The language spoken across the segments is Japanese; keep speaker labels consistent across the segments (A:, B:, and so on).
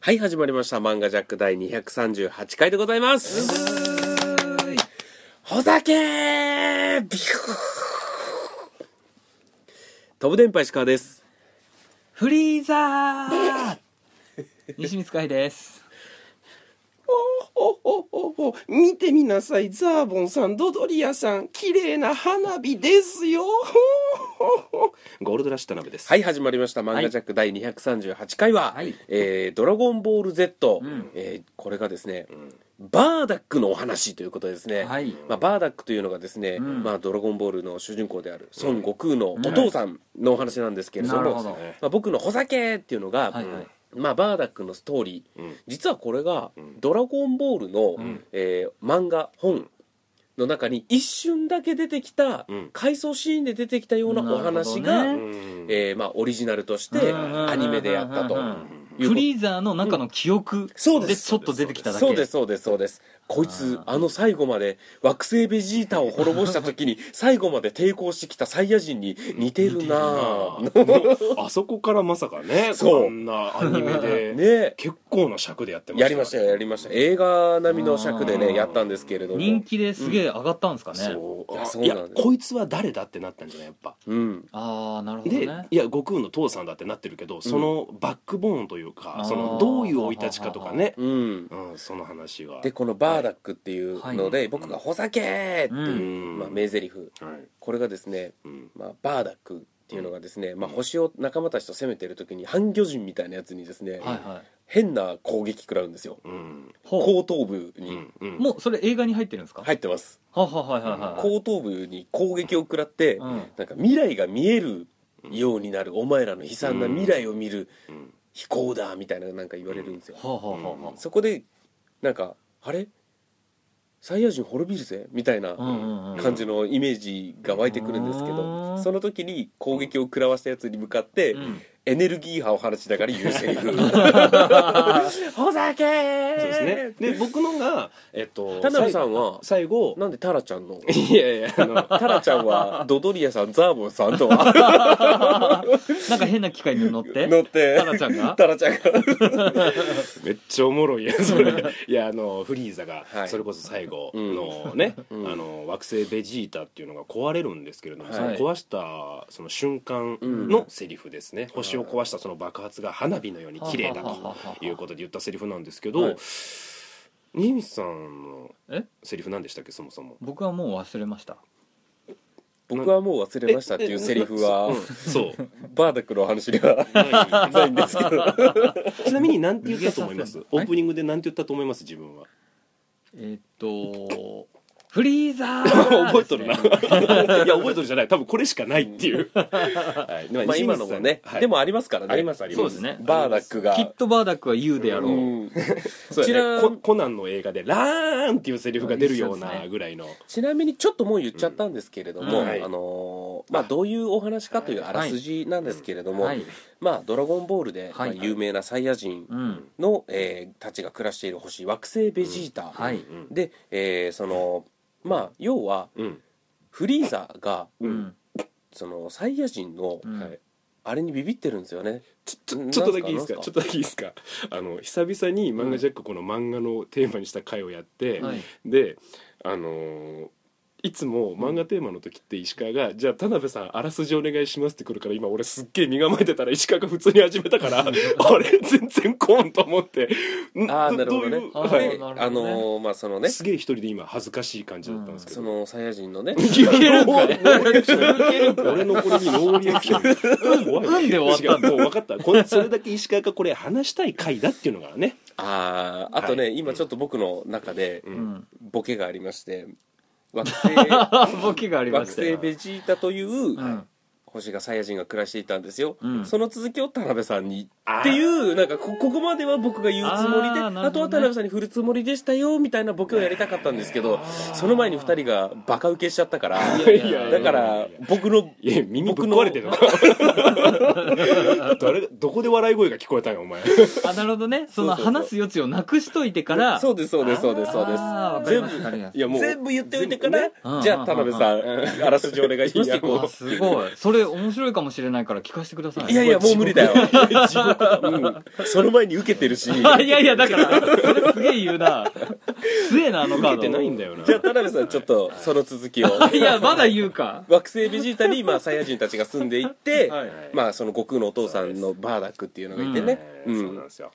A: はい、始まりました。漫画ジャック第238回でございます。ほざけービュー飛ぶ電波石川です。
B: フリーザー 西光海です
C: おおおお見てみなさいザーボンさんドドリアさん綺麗な花火ですよ ほうほうほうゴールドラッシュ田辺です
A: はい、始まりました。漫画ジャック第238回は、
B: はい
A: えードラゴンボール Z、
B: ん
A: えーこれがですね、バーダックのお話ということですね。
B: はい
A: まあ、バーダックというのがですね、
B: うん
A: まあ、ドラゴンボールの主人公である孫悟空のお父さんのお話なんですけれども、
B: なるほど
A: まあ、僕の「ほざけ!」っていうのが、
B: はいはい
A: まあ、バーダックのストーリー、
C: うん
A: 実はこれが
C: ん
A: 「ドラゴンボールの」
B: ん
A: えー漫画本の中に一瞬だけ出てきた、
C: うん
A: 回想シーンで出てきたようなお話
B: な
A: が、
B: るほどね
C: え
A: えーまあ、オリジナルとしてアニメでやったと。いうこと
B: フリーザーの中の記憶
A: そうで
B: ですちょっと出てきただけ
A: そうですそうですそうですこいつあの最後まで惑星ベジータを滅ぼした時に最後まで抵抗してきたサイヤ人に似てるなぁ
C: ーもうあそこからまさかね
A: そう
C: こんなアニメ で、
A: ね
C: 結構な尺でやってました
A: やりましたよやりました映画並みの尺で
B: う
A: ね
B: ん
A: やったんですけれども
B: 人気ですげえ上がったんですかね、
C: そう
A: いや
C: あ
A: そう
C: い
A: な
C: や
A: んです
C: こいつは誰だってなったんじゃないやっぱ
A: うん
B: ああなるほど
C: で、
B: ね
C: いや悟空の父さんだってなってるけどそのバックボーンというか、
B: あー
C: そのどういう生い立ちかとかね、
A: うん
C: うん、その話は
A: でこのバーダックっていうの
B: は
A: で僕が「ほざけ!」って
C: う
A: いうんまあ名台詞
C: はい
A: これがですね
C: うん
A: まあバーダックっていうのがですねまあ星を仲間たちと攻めてる時に半魚人みたいなやつにですね
B: はいは
A: 変な攻撃食らうんですよ
C: うん
B: いほ
A: 後頭部
C: う
A: に
C: んうん
B: うもうそれ映画に入ってるんですか
A: 入ってます
B: はははいはいはいはい
A: 後頭部に攻撃を食らって
B: うん
A: なんか未来が見えるようになるお前らの悲惨な未来を見る
C: うん
A: 飛行だみたいななんか言われるんですよ
B: はあはあはあは
A: そこでなんかあれサイヤ人滅びるぜみたいな
B: あうんうんうん
A: 感じのイメージが湧いてくるんですけど、
B: うん
A: その時に攻撃を食らわしたやつに向かって、
B: うん
A: エネルギー波を放ちながら言うセリフほざけー
C: そうですね。で、僕のが、えっと、
A: 田辺さんは
C: 最後、
A: なんでタラちゃんの
C: いやいや、あの、
A: タラちゃんはドドリアさんザーボンさんとは
B: なんか変な機械に乗って
A: 乗って
B: タラちゃんが
A: タラちゃんが
C: めっちゃおもろいやんそれ。いや、あの、フリーザが
A: は、い
C: それこそ最後のね、あの、惑星ベジータっていうのが壊れるんですけれども、
A: はい
C: その壊した、その瞬間
A: う
C: のセリフですね。星を壊したその爆発が花火のように綺麗だ
B: ははははは
C: ということで言ったセリフなんですけ
A: はい
C: ど、ニミさんの
B: え
C: セリフなんでしたっけ、そもそも。
B: 僕はもう忘れました
A: 僕はもう忘れましたっていうセリフは
C: うんそう。
A: バーダックのお話にはないんですけど
C: ちなみに何て言ったと思います
B: はい
C: オープニングで何て言ったと思います自分は
B: えーっとフリーザー
C: 覚えとるないや覚えとるじゃ ない多分これしかないっていう、はいで
A: まあ今のもね、で
C: も
A: もありますからね
C: ありますあります
B: そうですね
A: バーダックが
B: きっとバーダックは言うであろう、
A: うん
C: そう
A: ち
C: や
A: な
C: ねココナンの映画で「ラーン!」っていうセリフが出るよう
B: そうで
C: な
B: す
C: ぐらいの
A: ちなみにちょっともう言っちゃったんですけれども、
B: うん
C: はい
A: あのーまあ、どういうお話かというあらすじなんですけれども、
B: はい、
A: まあ、ドラゴンボールで、
B: はい
A: まあ、有名なサイヤ人
B: うん、
A: の、えーたちが暮らしている星惑星ベジータ、
B: はい、
C: うん
A: で、えーそのまあ要は
C: うん
A: フリーザが
B: う
C: うんん、
A: そのサイヤ人の
B: うん
C: はい
A: あれにビビってるんですよね、
C: ちょちょちょっとだけいいですか
A: なん
C: ち
A: す
C: ょっとだけいいですかあの久々に「漫画ジャック」この漫画のテーマにした回をやって、
B: はい
C: であのーいつも漫画テーマの時って石川が「じゃあ田辺さんあらすじお願いします」ってくるから今俺すっげえ身構えてたら石川が普通に始めたからあれ全然こんと思ってん
A: ああなるほどね
C: うい う
B: あー
C: は
A: で
B: なるほどね
A: あのーまあその
C: い
A: ね
C: すげえ一人で今恥ずかしい感じだったんですけ
A: そ
C: ど、
A: のサイヤ人のね
C: いけるんかい
B: うん
C: 俺のこれにノーリアクション怖い
B: うんで終わったんだ
C: 違うもう分かったこれそれだけ石川がこれ話したい回だっていうのがね
A: あああとね、今ちょっと僕の中で
C: うん
B: うん
A: ボケがありまして惑星
B: ボケがありま
A: 惑
B: したよ
A: 星ベジータという
B: うん
A: 星がサイヤ人が暮らしていたんですよ、
B: うん
A: その続きを田辺さんに
C: あー
A: っていうなんかこここまでは僕が言うつもりで
B: あー
A: あ,、
B: なるほどね
A: とは田辺さんに振るつもりでしたよみたいなボケをやりたかったんですけどその前に2人がバカ受けしちゃったから
C: いやいや
A: だから僕の
C: いや耳ぶっ
A: 僕の
C: 壊れてるの誰がどこで笑い声が聞こえたんよお前
B: あなるほどねその
A: そうそうそう
B: 話す余地をなくしといてから
A: そうですそうですそうですそうです
B: あーわかり
A: 全
B: ますわかります
C: いや
A: 部
C: もう
A: 全部言っておいてから、
B: 部ね
A: じゃあ田辺さんあらすじお願いしますって
B: あ
A: こ
B: すごいそれ面白いかもしれないから聞かせてください
A: いやいやもう無理だよ
C: 地獄だ
A: うんその前に受けてるし
B: あいやいやだからそれすげえ言うなすえなあのカード
C: 受けてないんだよな
A: じゃあ田辺さんちょっとその続きを
B: いやまだ言うか
A: 惑星ベジータにまあサイヤ人たちが住んでいって、
B: はい
A: まあその悟空のお父さんのバーダックっていうのがいてね、
C: うん
A: うん
C: そうなんですよ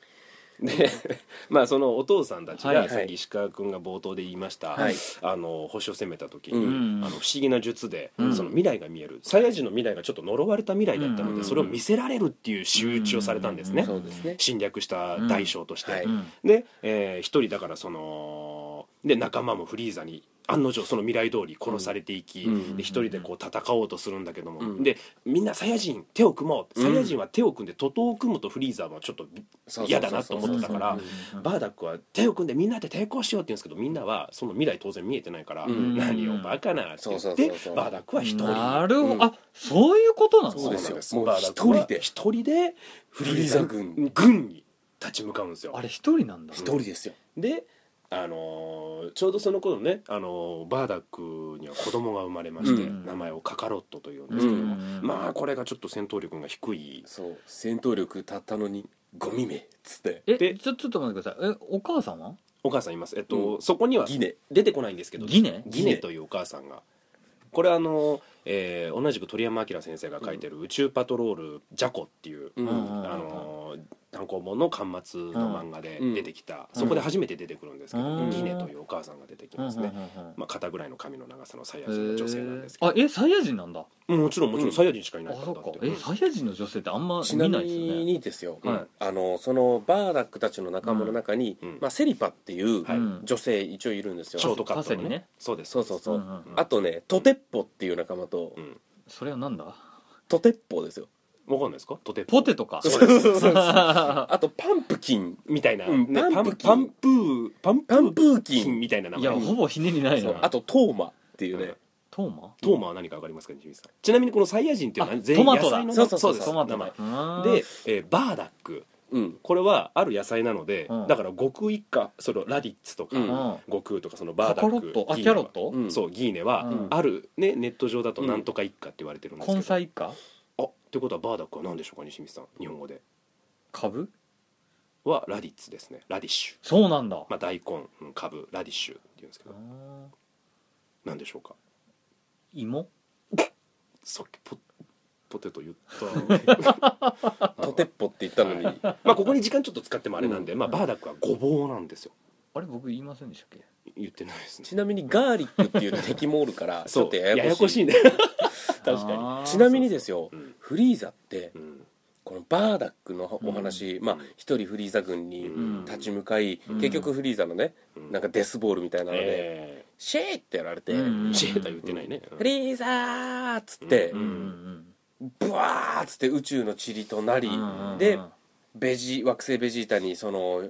C: で まあそのお父さんたち
B: はいは
C: が
B: い
C: さっき石川君が冒頭で言いました、
A: はい
C: あの星を攻めた時に、
A: うん
C: あの不思議な術で、
B: うん
C: その未来が見えるサイヤ人の未来がちょっと呪われた未来だったので、
A: うん
C: それを見せられるっていう仕打ちをされたんですね、
B: うん
A: そうですね
C: 侵略した大将として、
A: うんはい
B: うん
C: で、えー一人だからそので仲間もフリーザに案の定その未来通り殺されていき、
A: うん
C: で一人でこう戦おうとするんだけども、
A: うん
C: でみんなサイヤ人手を組もう
A: うん
C: サイヤ人は手を組んで徒党を組むとフリーザはちょっと
A: そうそうそうそう
C: 嫌だなと思ってたから
A: うん
C: バーダックは手を組んでみんなで抵抗しようって言うんですけどみんなはその未来当然見えてないから、
A: うん
C: 何をバカなって言
A: そう
C: っ
A: そう
C: て
A: そうそう
C: バーダックは一人
B: なるほど、
A: うん
B: あそういうことなの
A: そうですよも
C: もう
A: う
C: バーダックは
A: 一人で
C: 一人でフリーザ
A: フリーザ
C: 軍軍に立ち向かうんですよ
B: あれ一人なんだ
A: 一人ですよ
C: で、あのーちょうどその頃ね、あのーバーダックには子供が生まれまして、
B: うん
C: 名前をカカロットというん
B: う
C: で
B: ん
C: すけども、
B: うん
C: まあこれがちょっと戦闘力が低い
A: そう戦闘力たったのにゴミめっつって
B: え
C: で
B: ちょちょっと待ってくださいえお母さんは
C: お母さんいます、えっと
A: う
C: そこには
A: ギネ
C: 出てこないんですけど
B: ギネ
C: ギネというお母さんがこれあのー、えー同じく鳥山明先生が書いてる「宇宙パトロールジャコ」っていう、
A: うん
B: うん
C: あのー単行本の巻末の漫画で出てきた、
B: うん
C: そこで初めて出てくるんですけど、
B: うん
C: ギネというお母さんが出てきますね、
B: うん
C: まあ、肩ぐらいの髪の長さのサイヤ
B: うんうん
C: 人
B: うん
C: の女性なんですけど、
B: あえサイヤ人なんだ
C: もちろんもちろ
A: うんん
C: サイヤ人しかいな
B: あ
C: いから
B: そ
C: だっ
B: うか
C: て
B: えサイヤ人の女性ってあんま
A: ちな
B: 見
A: み
B: ないですよね
A: にですよ、
C: はい
A: あのそのバーダックたちの仲間の中に、
C: うん
A: まあ、セリパっていう
C: はい
B: うん
A: 女性一応いるんですよ、
C: ショートカット
B: パセ
C: の
B: リね
C: そうです
A: そうそうそう、
B: うんうん
C: うん
A: あとねトテッポっていう仲間と、
C: うん
B: それはなんだ
A: トテッポですよ
C: わかんないですかとて
B: ポテトか
C: そうですそうです
A: あとパンプキン
C: みたいな、
A: うん
C: ね
A: パ
C: パ
A: ン
C: ン
A: プキン
C: パンプーパン
A: パンプー
C: プキ
A: キ
C: ン
A: ン
C: みたいな名
B: い
C: 前
B: やほぼひねりない
C: そう
B: な
A: あとトーマっていうね、
B: トーマ
C: トーマは何かわかりますか西水さんちなみにこのサイヤ人っていうのは
B: あ
C: 全員
B: トマ
C: 野
B: トだ
C: 菜の
A: そうそうそう
C: です
B: トマト
C: 名
B: だうん
C: 前で、えーバーダック
A: うん、
C: これはある野菜なので、
B: うん
C: だから悟空一家そのラディッツとか、
A: うん
C: 悟空とかその
B: カ
C: バーダ
B: カロ
C: ック
B: ットあ
C: ギ
B: キ
C: ーネ
B: ャ
C: は
B: ロット
A: うん
C: そうギーネは、
B: うん
C: ある、ね、ネット上だとなんとか一家って言われてるんですけど、
B: 根菜か
C: あってことはバーダックは何でしょうか西水さん日本語で
B: 株
C: はラディッツですねラディッシュ、
B: そうなんだ
C: まあ、大根うんカブラディッシュっていうんですけ
B: う
C: ど
B: ん
C: 何でしょうか
B: 芋
C: さっきポポテト言った
A: トテッポって言ったのに、
C: まあここに時間ちょっと使ってもあれなんで、まあ、バーダックはごぼうなんですよ
B: あれ僕言いませんでしたっけ
C: 言ってないですね
A: ちなみにガーリックって いう敵もおるからち
C: そ
A: ょ
C: う
A: っとややこしい
C: んだ 確かに
B: あー
A: ちなみにですよ、
C: うん
A: フリーザって
C: うん
A: このバーダックのお話、
C: ん
A: まあ一人フリーザ軍に
C: うん
A: 立ち向かい、
B: うん
A: 結局フリーザのね
C: うん
A: なんかデスボールみたいなので、
C: え
A: シェーってやられて、
B: うん
C: ー、シェータ言ってないね、
A: フリーザーっつって、
C: う
B: うんんうん
A: ブワーっつって宇宙の塵となり、
B: うん
A: で
B: うん
A: ベジ惑星ベジータにその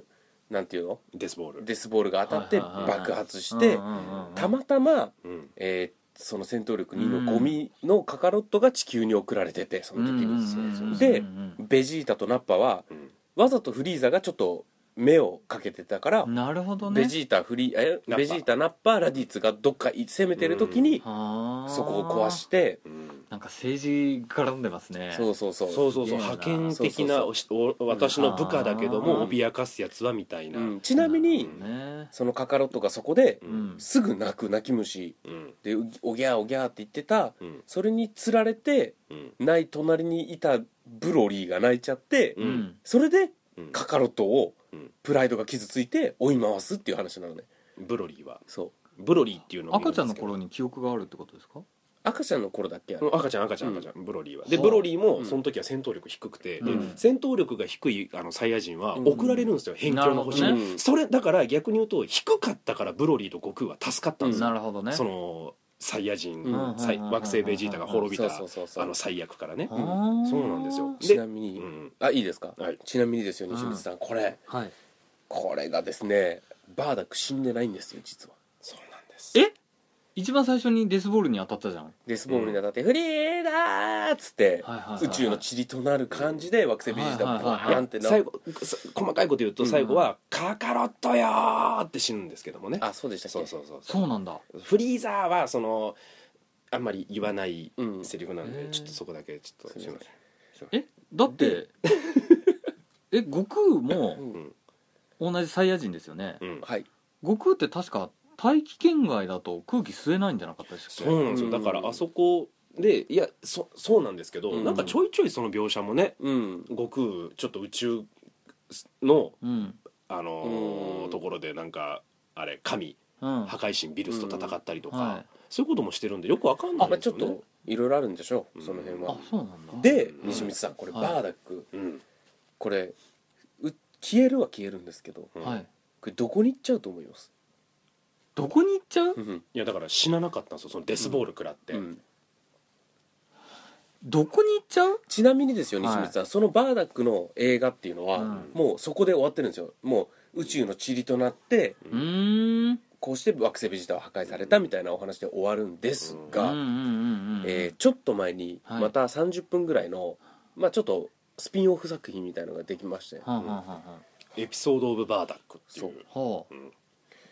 A: なんていうの
C: デスボール、
A: デスボールが当たって
B: はいはいはい
A: 爆発して、
B: うんうんうん
A: たまたま、
C: うん、
A: えーその戦闘力2のゴミのカカロットが地球に送られててその時に、
B: に
A: でベジータとナッパは
C: うん
A: わざとフリーザがちょっと目をかけてたから、
B: なるほどね
A: ベジータフリーえ
C: ナッパ
A: ベジータナッパラディッツがどっか攻めてる時に、
B: はあ
A: そこを壊して
C: うん
B: なんか政治絡んでますね
A: そうそうそう
C: そうそうそ
B: いや
C: う派遣的
A: そう
C: な
A: そ
C: おしお私の部下だけど
B: う
C: も
B: ん
C: 脅かすやつはみたいな、
A: うんちなみに
B: るほどね
A: そのカカロットがそこで
C: う
B: うん
A: すぐ泣く泣き虫
C: うん
A: でうおぎゃーおぎゃーって言ってた
C: うん
A: それにつられて
C: うん
A: ない隣にいたブロリーが泣いちゃって
C: うん
A: それで
C: うん
A: カカロットを
C: うん
A: プライドが傷ついて追い回すっていう話なのね
C: ブロリーは
A: そう
C: ブロリーっていうのを見
B: 赤
C: るで
B: ちゃん
C: す
B: の
C: けど
B: 頃に記憶があるってことですか
A: 赤ちゃんの頃だっけあ
C: う
A: れ
C: ん赤ちゃん赤ちゃん
A: うん
C: 赤ちゃん、ブロリーはで
B: はあ
C: ブロリー
A: う
C: も
A: ん
C: その時は戦闘力低くて、で
B: うん
C: 戦闘力が低いあのサイヤ人は
A: うん
C: 送られるんですよ、辺境の星
B: な
C: に、
B: るほ
A: どね
C: それだから逆に言うと低かったからブロリーと悟空は助かったんですよ、
B: なるほどね
C: そのサイヤ人、
A: うん
C: サイ
B: うん
C: 惑星ベジータが滅びた
A: そうそうそうそう
C: あの最悪からね、
B: あー
C: そうなんですよ
A: ちなみに、
C: うん
A: あいいですか、
C: はい
A: ちなみにですよ西光さん、これ
B: はい
A: これがですねバーダック死んでないんですよ実は
C: そうなんです
B: え一番最初にデスボールに当たったじゃん
A: デスボールに当たって「フリーだ!」っつって、
B: はいはいはいはい
A: 宇宙の塵となる感じで惑星ビジータ
B: は
A: が
B: いはいはいはい
A: バーンってな、
C: 最後さ細かいこと言うと最後は「カカロットよ!」って死ぬんですけどもね
A: あそうでしたっけ
C: そうそうそうそう
B: そうなんだ
C: フリーザーはそのあんまり言わない
A: うん
C: セリフなんで、
B: うん
C: ちょっとそこだけちょっとすいません
B: えだって え悟空
A: う
B: も
A: ん
C: うん
B: 同じサイヤ人ですよね
C: うん
A: はい
B: 悟空って確か大気圏外だと空気吸えないんじゃなかったでしたっ
C: そうなんですよ、
A: うん
C: だからあそこでいやそそうなんですけど、
A: うん
C: なんかちょいちょいその描写もね
A: うん
C: 悟空ちょっと宇宙の、
B: けうん
C: あのー
A: うん
C: ところでなんかあれ神
B: うん
C: 破壊神ビルスと戦ったりとか、
B: はい
C: そういうこともしてるんでよくわかんな
A: あ
C: い
A: まあ
C: んで
A: ち
C: す
A: ょ
C: よ
A: っ
C: ね、
A: といろいろあるんでしょうその辺は
B: あそうなんだ
A: で
C: うん
A: 西光さんこれ
B: はい
A: バーダック
C: うん
A: これう消えるは消えるんですけどこ
C: うん
B: はい
A: れどこに行っちゃうと思います
B: どこに行っちゃう
A: うん
C: いやだから死ななかったんですよそのデスボール食らって、
A: うん
B: どこに行っちゃう
A: ちなみにですよ西
B: はい
A: 光さんそのバーダックの映画っていうの
B: う
A: は
B: ん
A: もうそこで終わってるんですよもう宇宙の塵となって
B: うーん
A: こうして惑星ベジータは破壊されたみたいなお話で終わるんですが、
B: うんうんうんうん
A: えーちょっと前に
B: はい
A: また30分ぐらいの、まあちょっとスピンオフ作品みたいのができまして
B: はあはあはあは
C: エピソード・オブ・バーダックってい
A: そうう
B: あは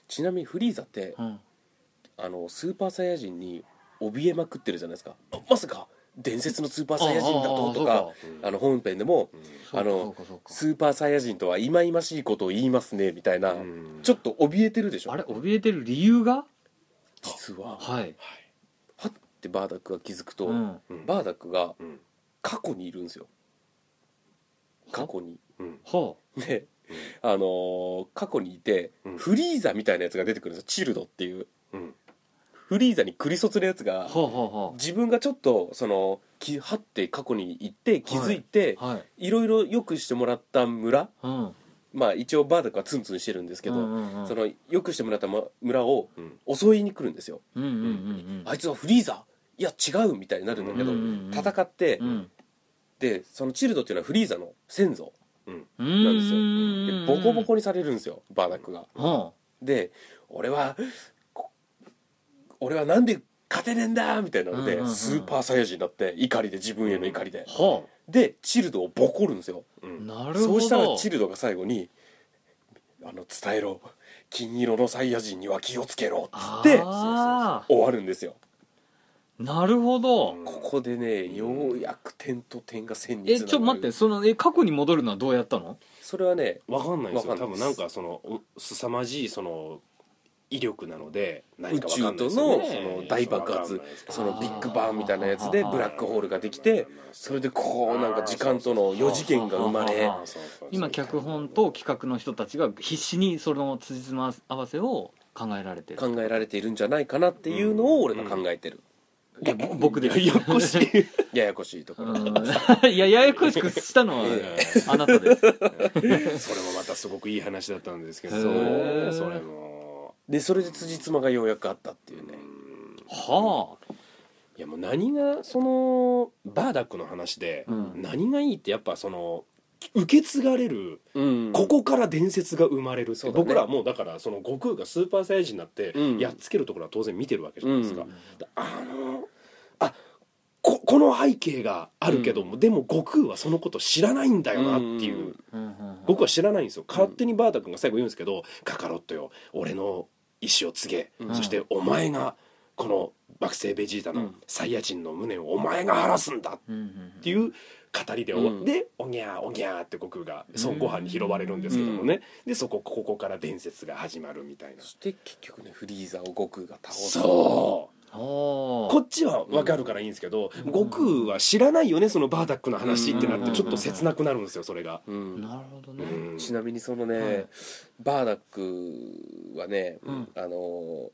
A: ちなみにフリーザって
B: あうん
A: あのスーパーサイヤ人に怯えまくってるじゃないですかあまさか伝説のスーパーサイヤ人だとと
B: あああ
A: か
C: うん
A: あの本編でも
B: そうか
A: あの
B: そうかそうか
A: スーパーサイヤ人とは忌々しいことを言いますねみたいな、
C: うん
A: ちょっと怯えてるでしょ
B: あれ怯えてる理由が
A: 実は
B: はい
C: はい
A: はってバーダックが気づくと、
B: うん
C: うん
A: バーダックが
C: うん
A: 過去にいるんですよ過去に
C: うん
B: は
A: で、あのー過去にいて、
C: うん
A: フリーザみたいなやつが出てくるんですよチルドっていう
C: うん
A: フリーザにクリソツのやつが
B: あはあは
A: 自分がちょっとそのきはって過去に行って気づいて、
B: あはい
A: い、ろいろよくしてもらった村
B: うん
A: まあ一応バーダックはツンツンしてるんですけど、
B: うんうんうん
A: そのよくしてもらったま村を
C: うん
A: 襲いに来るんですよ、
B: うんうんうんうん
A: あいつはフリーザいや違うみたいになるんだけど、
B: うんうんうん
A: 戦って、
B: うん
A: でそのチルドっていうのはフリーザの先祖
B: うん
A: なんですよ
B: うん
A: で
B: うんうん
A: ボコボコにされるんですよバーダックが。
B: は
A: で俺はこ俺はなんで勝てねえんだみたいなので、
B: うんうんうん
A: スーパーサイヤ人になって怒りで自分への怒りで
B: あ、は
A: でチルドをボコるんですよ
C: う
B: あ
C: ん
B: なるほど
A: そうしたらチルドが最後に「あの伝えろ金色のサイヤ人には気をつけろ」っつって
B: あ
A: 終わるんですよ
B: ーなるほど
C: うん
A: ここでねようやく点と点が線に
B: え
A: つながる
B: ちょっと待ってそのえ過去に戻るのはどうやったの
A: それはね
C: わかんないですよ
A: わか
C: 多
A: んないで
C: 分
A: す
C: なんかそのお凄まじいその威力なので
A: 宇
C: 何かわか
A: 宙
C: んない
A: と
C: ですよ
A: の
C: ね
A: その大爆発そのビッグバンみたいなやつでブラックホールができてそれでこうなんか時間との4次元が生まれ
B: あー今脚本と企画の人たちが必死にその辻褄合わせを考えられてる
A: 考えられているんじゃないかなっていうのを俺が考えてる、
B: いやぼ僕で
C: いややっ こしい
A: ややこしいところ、
B: うん いやややこしくした のは
A: え
B: あなたです
C: それもまたすごくいい話だったんですけど
B: へ
C: そう
B: ー
C: それも
A: でそれで辻褄がようやくあったっていうね
B: はあ
C: いやもう何がそのバーダックの話で
B: うん
C: 何がいいってやっぱその受け継がれる
A: うん
C: ここから伝説が生まれるって、
A: そうだね
C: 僕らはもうだからその悟空がスーパーサイヤ人になって
A: うん
C: やっつけるところは当然見てるわけじゃないですか、
A: うん
C: であのあここの背景があるけども、でも悟空はそのこと知らないんだよなっていう、
A: うん
B: うんうんうん
C: 僕は知らないんですよ勝手にバータ君が最後言うんですけど、カカロットよ俺の意思を告げ、
A: うん
C: そしてお前がこの惑星ベジータ
A: う
C: の
A: ん
C: サイヤ人の無念をお前が晴らすんだ
B: うんうんうん
C: っていう語りで終わっ
A: うん
C: て、おぎゃーおぎゃーって悟空が孫悟飯に拾われるんですけどもね、でそこここから伝説が始まるみたいな
A: そして結局ねフリーザを悟空が倒す
B: は
C: そう
B: あ
C: こっちは分かるからいいんですけど、悟空は知らないよねそのバーダックの話ってなってちょっと切なくなるんですよそれが。
A: う、ん、
B: なるほど
C: う
B: ね
C: ん
A: ちなみにそのね、
B: はい
A: バーダックはね、
B: うん
A: あの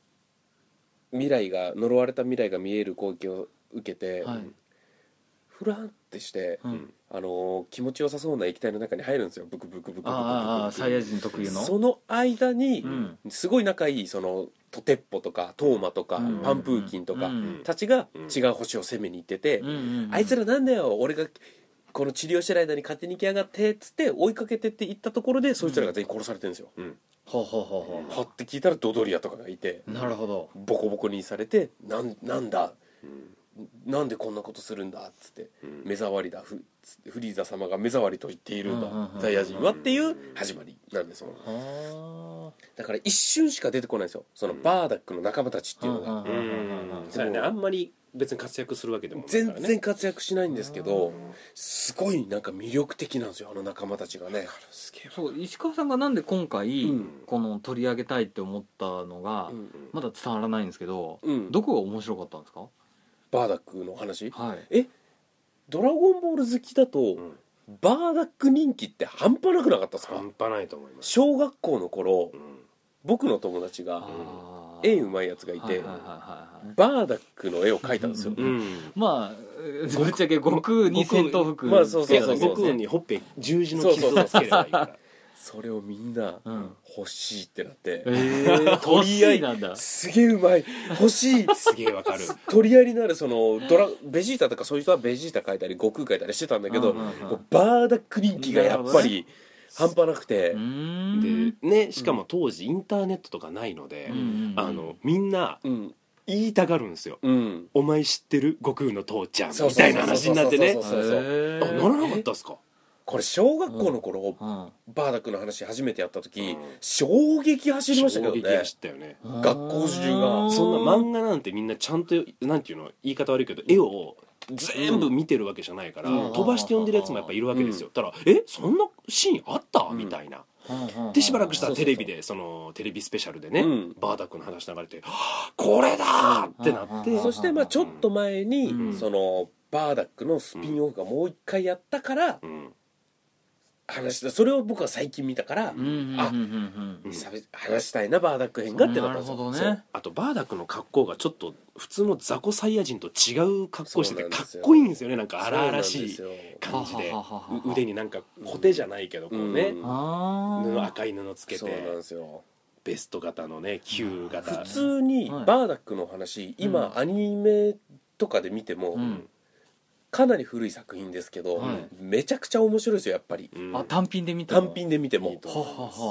A: 未来が呪われた未来が見える光景を受けて、
B: はい
A: フランってして、
B: うん
A: あの気持ちよさそうな液体の中に入るんですよブクブクブクブクブク
B: ああああサイヤ人特有の
A: その間に、
B: うん
A: すごい仲いいそのトテッポとかトーマとか、
B: うん
A: パンプーキンと
B: う
A: か
B: ん
A: たちが
C: うん
A: 違う星を攻めに行ってて、
B: うんうんうん
A: あいつらなんだよ俺がこの治療してる間に勝手に行きやがってっつって追いかけてって行ったところでそいつらが全員殺されてるんですよ、
B: ほうほうほう
A: は
B: ほ
A: って聞いたらドドリアとかがいて
B: うなるほど
A: ボコボコにされてなんなんだなんでこんなことするんだっつって目障りだフフリーザ様が目障りと言っているん
B: うんうんう
A: だ
B: ん
A: サイヤ人はっていう始まりなんですよ
B: は
A: だから一瞬しか出てこないんですよそのバーダックの仲間たちっていうのが
B: あ
C: うんそうやねあんまり別に活躍するわけでもないから、ね
A: 全、然活躍しないんですけどすごいなんか魅力的なんですよあの仲間たちがね
C: すげえわ
B: そう石川さんがなんで今回、
C: うん
B: この取り上げたいって思ったのが、
C: うん
B: まだ伝わらないんですけど、
A: うん、うん、
B: どこが面白かったんですか
A: バーダックの話
B: はい
A: えドラゴンボール好きだと、
C: うんうん
A: バーダック人気って半端なくなかったですか
C: 半端ないと思います、
A: 小学校の頃
C: うん
A: 僕の友達が
B: あー
A: 絵うまいやつがい
B: はい
A: て、
B: はいはいはいはい
A: バーダックの絵を描いたんですよ、
B: うん
C: うん
B: まあ ぶっちゃけ悟空に戦闘服
A: まあそう
C: い
A: そう
C: や
A: そう
C: 悟空にほっぺん十字の傷をつければいいから
A: それをみんな
B: うん
A: 欲しいってなって、
B: えー、
A: と
B: と
A: りあえず
B: なんだ
A: すげえうまい欲しい
C: すげえわかる
A: 取り合いになるそのドラベジータとかそういう人はベジータ描いたり悟空描いたりしてたんだけど、
B: うんうんうん
A: もうバーダック人気がやっぱり半端なくて
B: うーん
C: でねしかも当時インターネットとかないので、
B: うん
C: あのみんな
A: うん
C: 言いたがるんですよ
A: うん
C: 「お前知ってる悟空の父ちゃん」
A: そう
C: み
A: そう
C: た
A: そうそう
C: いな話になってね
A: そうそうそう
B: へ
C: あ
B: ー
C: ならなかったっすか
A: これ小学校の頃、
B: うん
A: バーダックの話初めてやった時、
C: うん
A: 衝撃走りましたけど
C: 衝撃
A: ね
C: が知ったよね
A: 学校中が
C: そんな漫画なんてみんなちゃんとなんていうの言い方悪いけど絵を全部見てるわけじゃないから、
B: うん
C: 飛ばして読んでるやつもやっぱいるわけですよ、たら「えそんなシーンあった?」みたいな、
B: 画
C: でしばらくした
A: そ
C: ら
A: うそうそ
C: テ
A: う
C: レビでそのテレビスペシャルでね、
A: うん
C: バーダックの話流れてはぁ「これだ!」ってなって、
B: うん
A: そしてまあちょっと前に、
B: うん
A: そのバーダックのスピンオフがもう一回やったから
C: うん
A: 話したそれを僕は最近見たから、
B: うんうんうんうん
C: うん
A: 喋話したいなバーダック編がってなったんですよ
B: なるほどね
A: そう
C: あとバーダックの格好がちょっと普通の雑魚サイヤ人と違う格好してて
A: そうなんで
C: か
A: す
C: っ
A: よ
C: こいいんですよねなんか荒々しい
A: そうなんですよ
C: 感じで
B: ははははは
C: う腕になんかコテじゃないけどこうね、
A: うん
B: あ
C: 布
B: ー
C: 赤い布つけ
A: そうなん
C: て
A: ですよ
C: ベスト型のね旧型
A: 普通に
B: はい
A: バーダックの話、
B: う
A: 今
B: ん
A: アニメとかで見ても、
B: うん
A: かなり古い作品ですけど、
B: はい
A: めちゃくちゃ面白いですよやっぱり
C: うん
B: あ単品で見たの
A: 単品で見ても
C: いいと
B: はは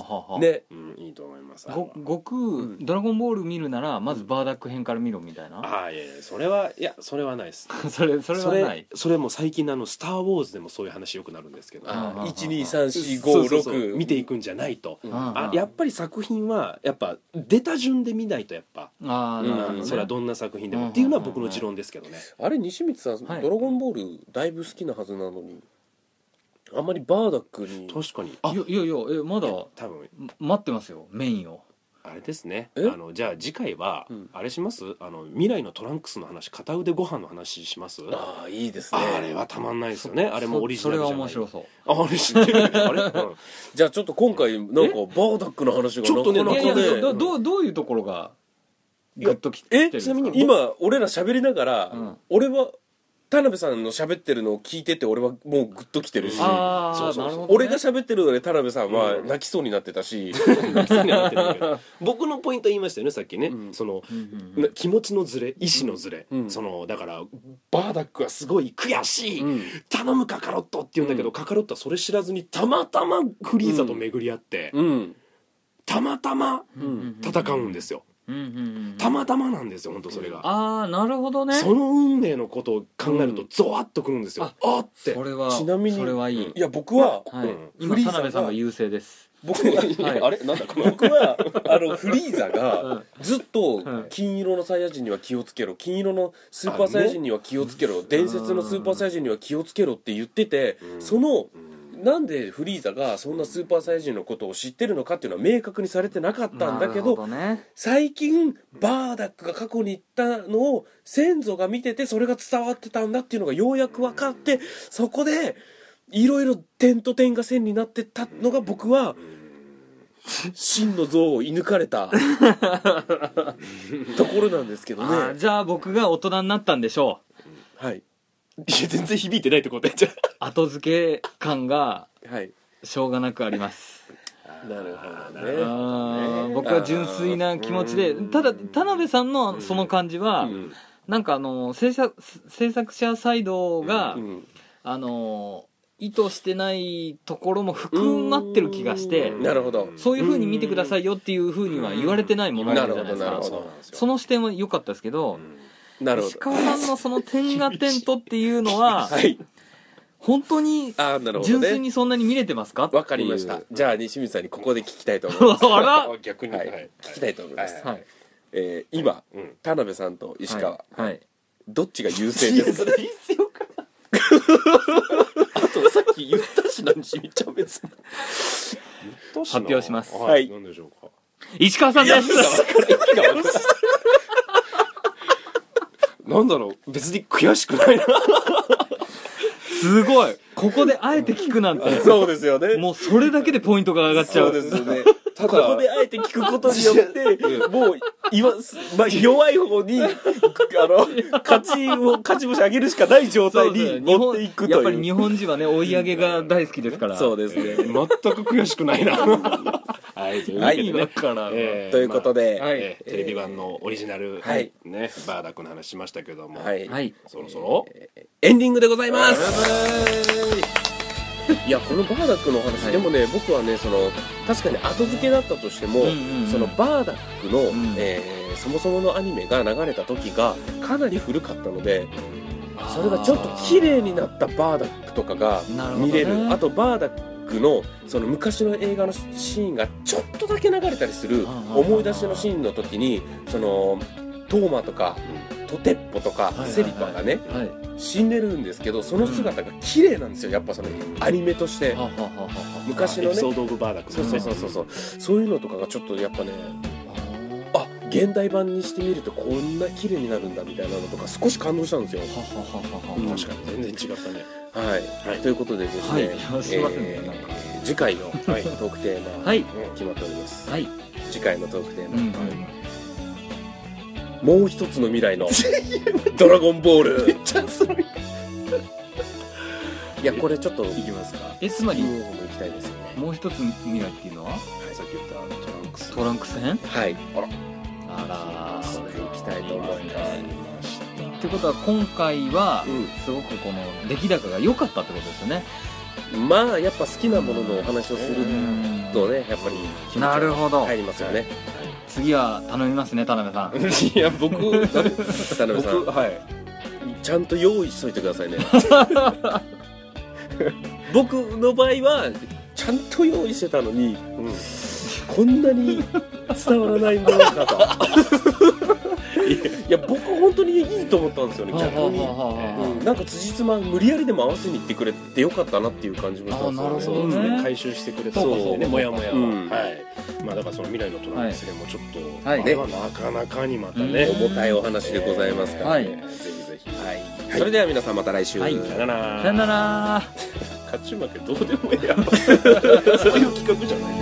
B: ははは
A: ね
C: うんいいと思います
B: ご悟空、
A: ん
B: ドラゴンボール見るならまずバーダック編から見ろみたいな、
C: ああいやいやそれはいやそれはないです
B: それそれはない
C: それそれも最近のあの「スター・ウォーズ」でもそういう話よくなるんですけど
B: あー
C: そうそうそう
A: 12345
C: 見ていくんじゃないと、
A: うん
B: うん
C: あやっぱり作品はやっぱ出た順で見ないとやっぱ、
B: あーなるほどね
A: うん
C: それはどんな作品でも、
B: うん
C: っていうのは僕の持論ですけどね、
A: あれ西光さん、
B: はい
A: ドラゴンボールだいぶ好きなはずなのにあんまりバーダックに
C: 確かにあ
B: いやいやいやえまだ
C: 多分
B: ま待ってますよメインを
C: あれですねあ
A: え
C: のじゃあ次回は、
A: うん
C: あれしますあの未来のトランクスの話片腕ご飯の話します
A: ああいいですね
C: あれはたまんないですよねあれも
B: そ
C: オリジナル
B: それ
C: じゃ
B: は
C: な
B: 面
C: い
B: 白そう
C: ああれ知ってるあれ、うん
A: じゃあちょっと今回なんかバーダックの話が
C: ちょっとね
A: なか
B: い
A: な
B: や
A: か
B: い
A: ね
B: やどどうどういうところがグッとききてるん
A: え
B: です
A: ち
B: か
A: なみに今俺ら喋りながら、
B: うん
A: 俺は田辺さんの喋ってるのを聞いてて俺はもうグッときてるし
B: あ
C: そう
B: あ
C: そうそう
B: なるほど、ね、
A: 俺が喋ってるので田辺さんは
C: うん
A: 泣きそうになってたし、
C: 僕のポイント言いましたよねさっきね、
A: うん
C: その、
B: うんう んうん
C: 気持ちのズレ意志のズレ、
A: うん
C: そのだからバーダックはすごい悔しい、
A: うん
C: 頼むカカロットって言うんだけど、
A: うん
C: カカロットはそれ知らずにたまたまフリーザと巡り合って、
A: うん
C: たまたま
A: うん
C: 戦うんですよ、
B: うんうんうん
C: たまたまなんですよ本当それが、
B: ああなるほどね
C: その運命のことを考えると
A: うん
C: ゾワッとくるんですよ、あって
B: それは
A: ちなみに
B: それはいい、
C: うん
A: いや僕は、
B: はい
C: うん
B: 今
A: フリー
B: 田
A: ザが
B: 辺さんが優勢です
A: 僕は、
B: はい
C: あれなんだこの
A: 僕はあのフリーザ
B: う
A: が
B: ん
A: ずっと金色のサイヤ人には気をつけろ金色のスーパーサイヤ人には気をつけろ伝説のスーパーサイヤ人には気をつけろって言ってて
C: うん
A: その
C: うん
A: なんでフリーザがそんなスーパーサイヤ人のことを知ってるのかっていうのは明確にされてなかったんだけど
B: なるほね
A: 最近バーダックが過去に行ったのを先祖が見ててそれが伝わってたんだっていうのがようやく分かってそこでいろいろ点と点が線になってったのが僕は真の像を射抜かれ たところなんですけど
B: あー
A: ね。
B: じゃあ僕が大人になったんでしょ
A: はい
C: いや全然響いてないとこでじゃ
B: う後付け感が
A: はい
B: しょうがなくあります
A: なるほ
C: あー
A: ど
C: なるほ
A: ね。
B: あー僕は純粋な気持ちでただ田辺さんのその感じは、
C: うん
B: なんかあの制作制作者サイドが、
A: うん
B: あの意図してないところも含まってる気がして
C: うん
A: なるほど。
B: そういうふうに見てくださいよっていうふうには言われてないものなんじゃないです
A: なる
B: か
A: ほどなるほど
B: その視点は良かったですけど
A: なるほ
B: 石
A: ど。
B: 川さんのその点が点とっていうの は
A: はい。
B: 本当に
A: ああなるほど
B: 純粋
A: ね。
B: にそんなに見れてますか
A: わかりました
B: ってい。
A: じゃあ西光さんにここで聞きたいと思います。
B: うあら
C: 逆に、
A: は
C: はいい、
A: 聞きたいと思います
C: は
B: はい
A: えー今
C: うん
A: 田辺さんと石川、
B: はい、はい
D: どっちが優勢
B: い
D: で
B: や
D: す
B: そ
D: か
B: れ必要か
D: あとさっき言ったしなしみちゃん別に
C: 発
B: 表します
C: は
D: はい
C: い何でしょうか
B: 石川さんです
C: なんだろう別に悔しく ないな
B: すごいここであえて聞くなんて
D: そうですよね
B: もうそれだけでポイントが上がっちゃ
D: そう
B: う
D: ですよね
C: ただ
A: ここであえて聞くことによってもう言わす、ま あ、弱い方にあの勝ちを勝ち星上げるしかない状態
B: そう
A: に
B: ですね日
A: 持っ
B: 本
A: ていく
B: やっ
A: と
B: ぱり
A: い
B: 日
A: う
B: 本人はね追い上げが大好きですから
A: そうですね
C: 全く悔しくない なはいというわけでね
B: はいわ
D: から
C: えー
A: ということで、
B: はい
C: えーテレビ版のオリジナル、
A: はい
C: ね、バーダックの話しましたけども、
A: はい
B: はい
C: そろそろ、
A: エンディングでございますいやこのバーダックのお話、
B: はい
A: でもね僕はねその確かに後付けだったとしても、
B: うんうんうん
A: そのバーダックの、
B: ん
A: えーそもそものアニメが流れた時がかなり古かったのでそれがちょっと綺麗になったバーダックとかが
B: なるほどね
A: 見れるあとバーダックのその昔の映画のシーンがちょっとだけ流れたりする
B: うんうんうん
A: 思い出しのシーンの時にそのトーマとかトテッポとか
B: いはいはい
A: セリパがね
B: はい
A: 死んでるんですけどその姿が綺麗なんですよやっぱそのアニメとして
B: ははははは
A: 昔の
C: エピ
A: ね
C: ソード・オブ・バーダック
A: そうそうそうそうそうそういうのとかがちょっとやっぱね
B: は
A: あ現代版にしてみるとこんな綺麗になるんだみたいなのとか少し感動したんですよ
B: はははは
A: うん
C: 確かに全然違ったね
A: はい、
C: はい
A: ということでです
B: はい
A: ね、
B: いやすいませんねなんか
A: 次回 の、トークテーマ、
B: はい
A: うん決まっております、
B: はい
A: 次回のトークテー
B: う
A: マ、
B: ん
A: もう一つの未来のドラゴンボー ル
D: ちゃそれ
A: いやこれちょっと
C: いきますか
B: えつまり
A: 金曜日も行きたいですよね
B: もう一つ未来っていうのは
C: さっき言ったトランクス
B: トランクス編
A: はいあら
B: あ
A: それ行きたいと思いま
C: ありました
B: ってことは今回は
A: す
B: すごくこの出来高が良かったってことですよね
A: うんまあやっぱ好きなもののお話をするとねやっぱり気持ちが
B: なるほど
A: 入りますよね
B: 次は頼みますね田 辺さん
C: いや僕だって
A: 田辺さん
C: 僕はい
A: ちゃんと用意しといてくださ いね僕の場合はちゃんと用意してたのに、こんなに伝わらないものかと いや僕本当にいいと思ったんですよね
B: はあ
A: 逆
B: は
A: に、
B: あはあはあ
A: うん、なんか辻褄無理やりでも合わせに行ってくれてよかったなっていう感じもしたんですよね
B: あなるほ
C: そ
B: ど
C: う
B: ね
C: ですね回収してくれた
B: そう
A: かそう
C: ね
A: か
C: もやもやは、
A: うん
C: はいまあだからその未来のトランクス編もちょっと、
B: はい
C: あれはなかなかにまたね、
B: うん
A: 重たいお話でございますから、
B: はい
C: えーぜひぜひはい
A: それでは皆さんまた来週、
B: はい
C: さよなら
B: さよなら
C: 勝ち負けどうでもええやろそういう企画じゃない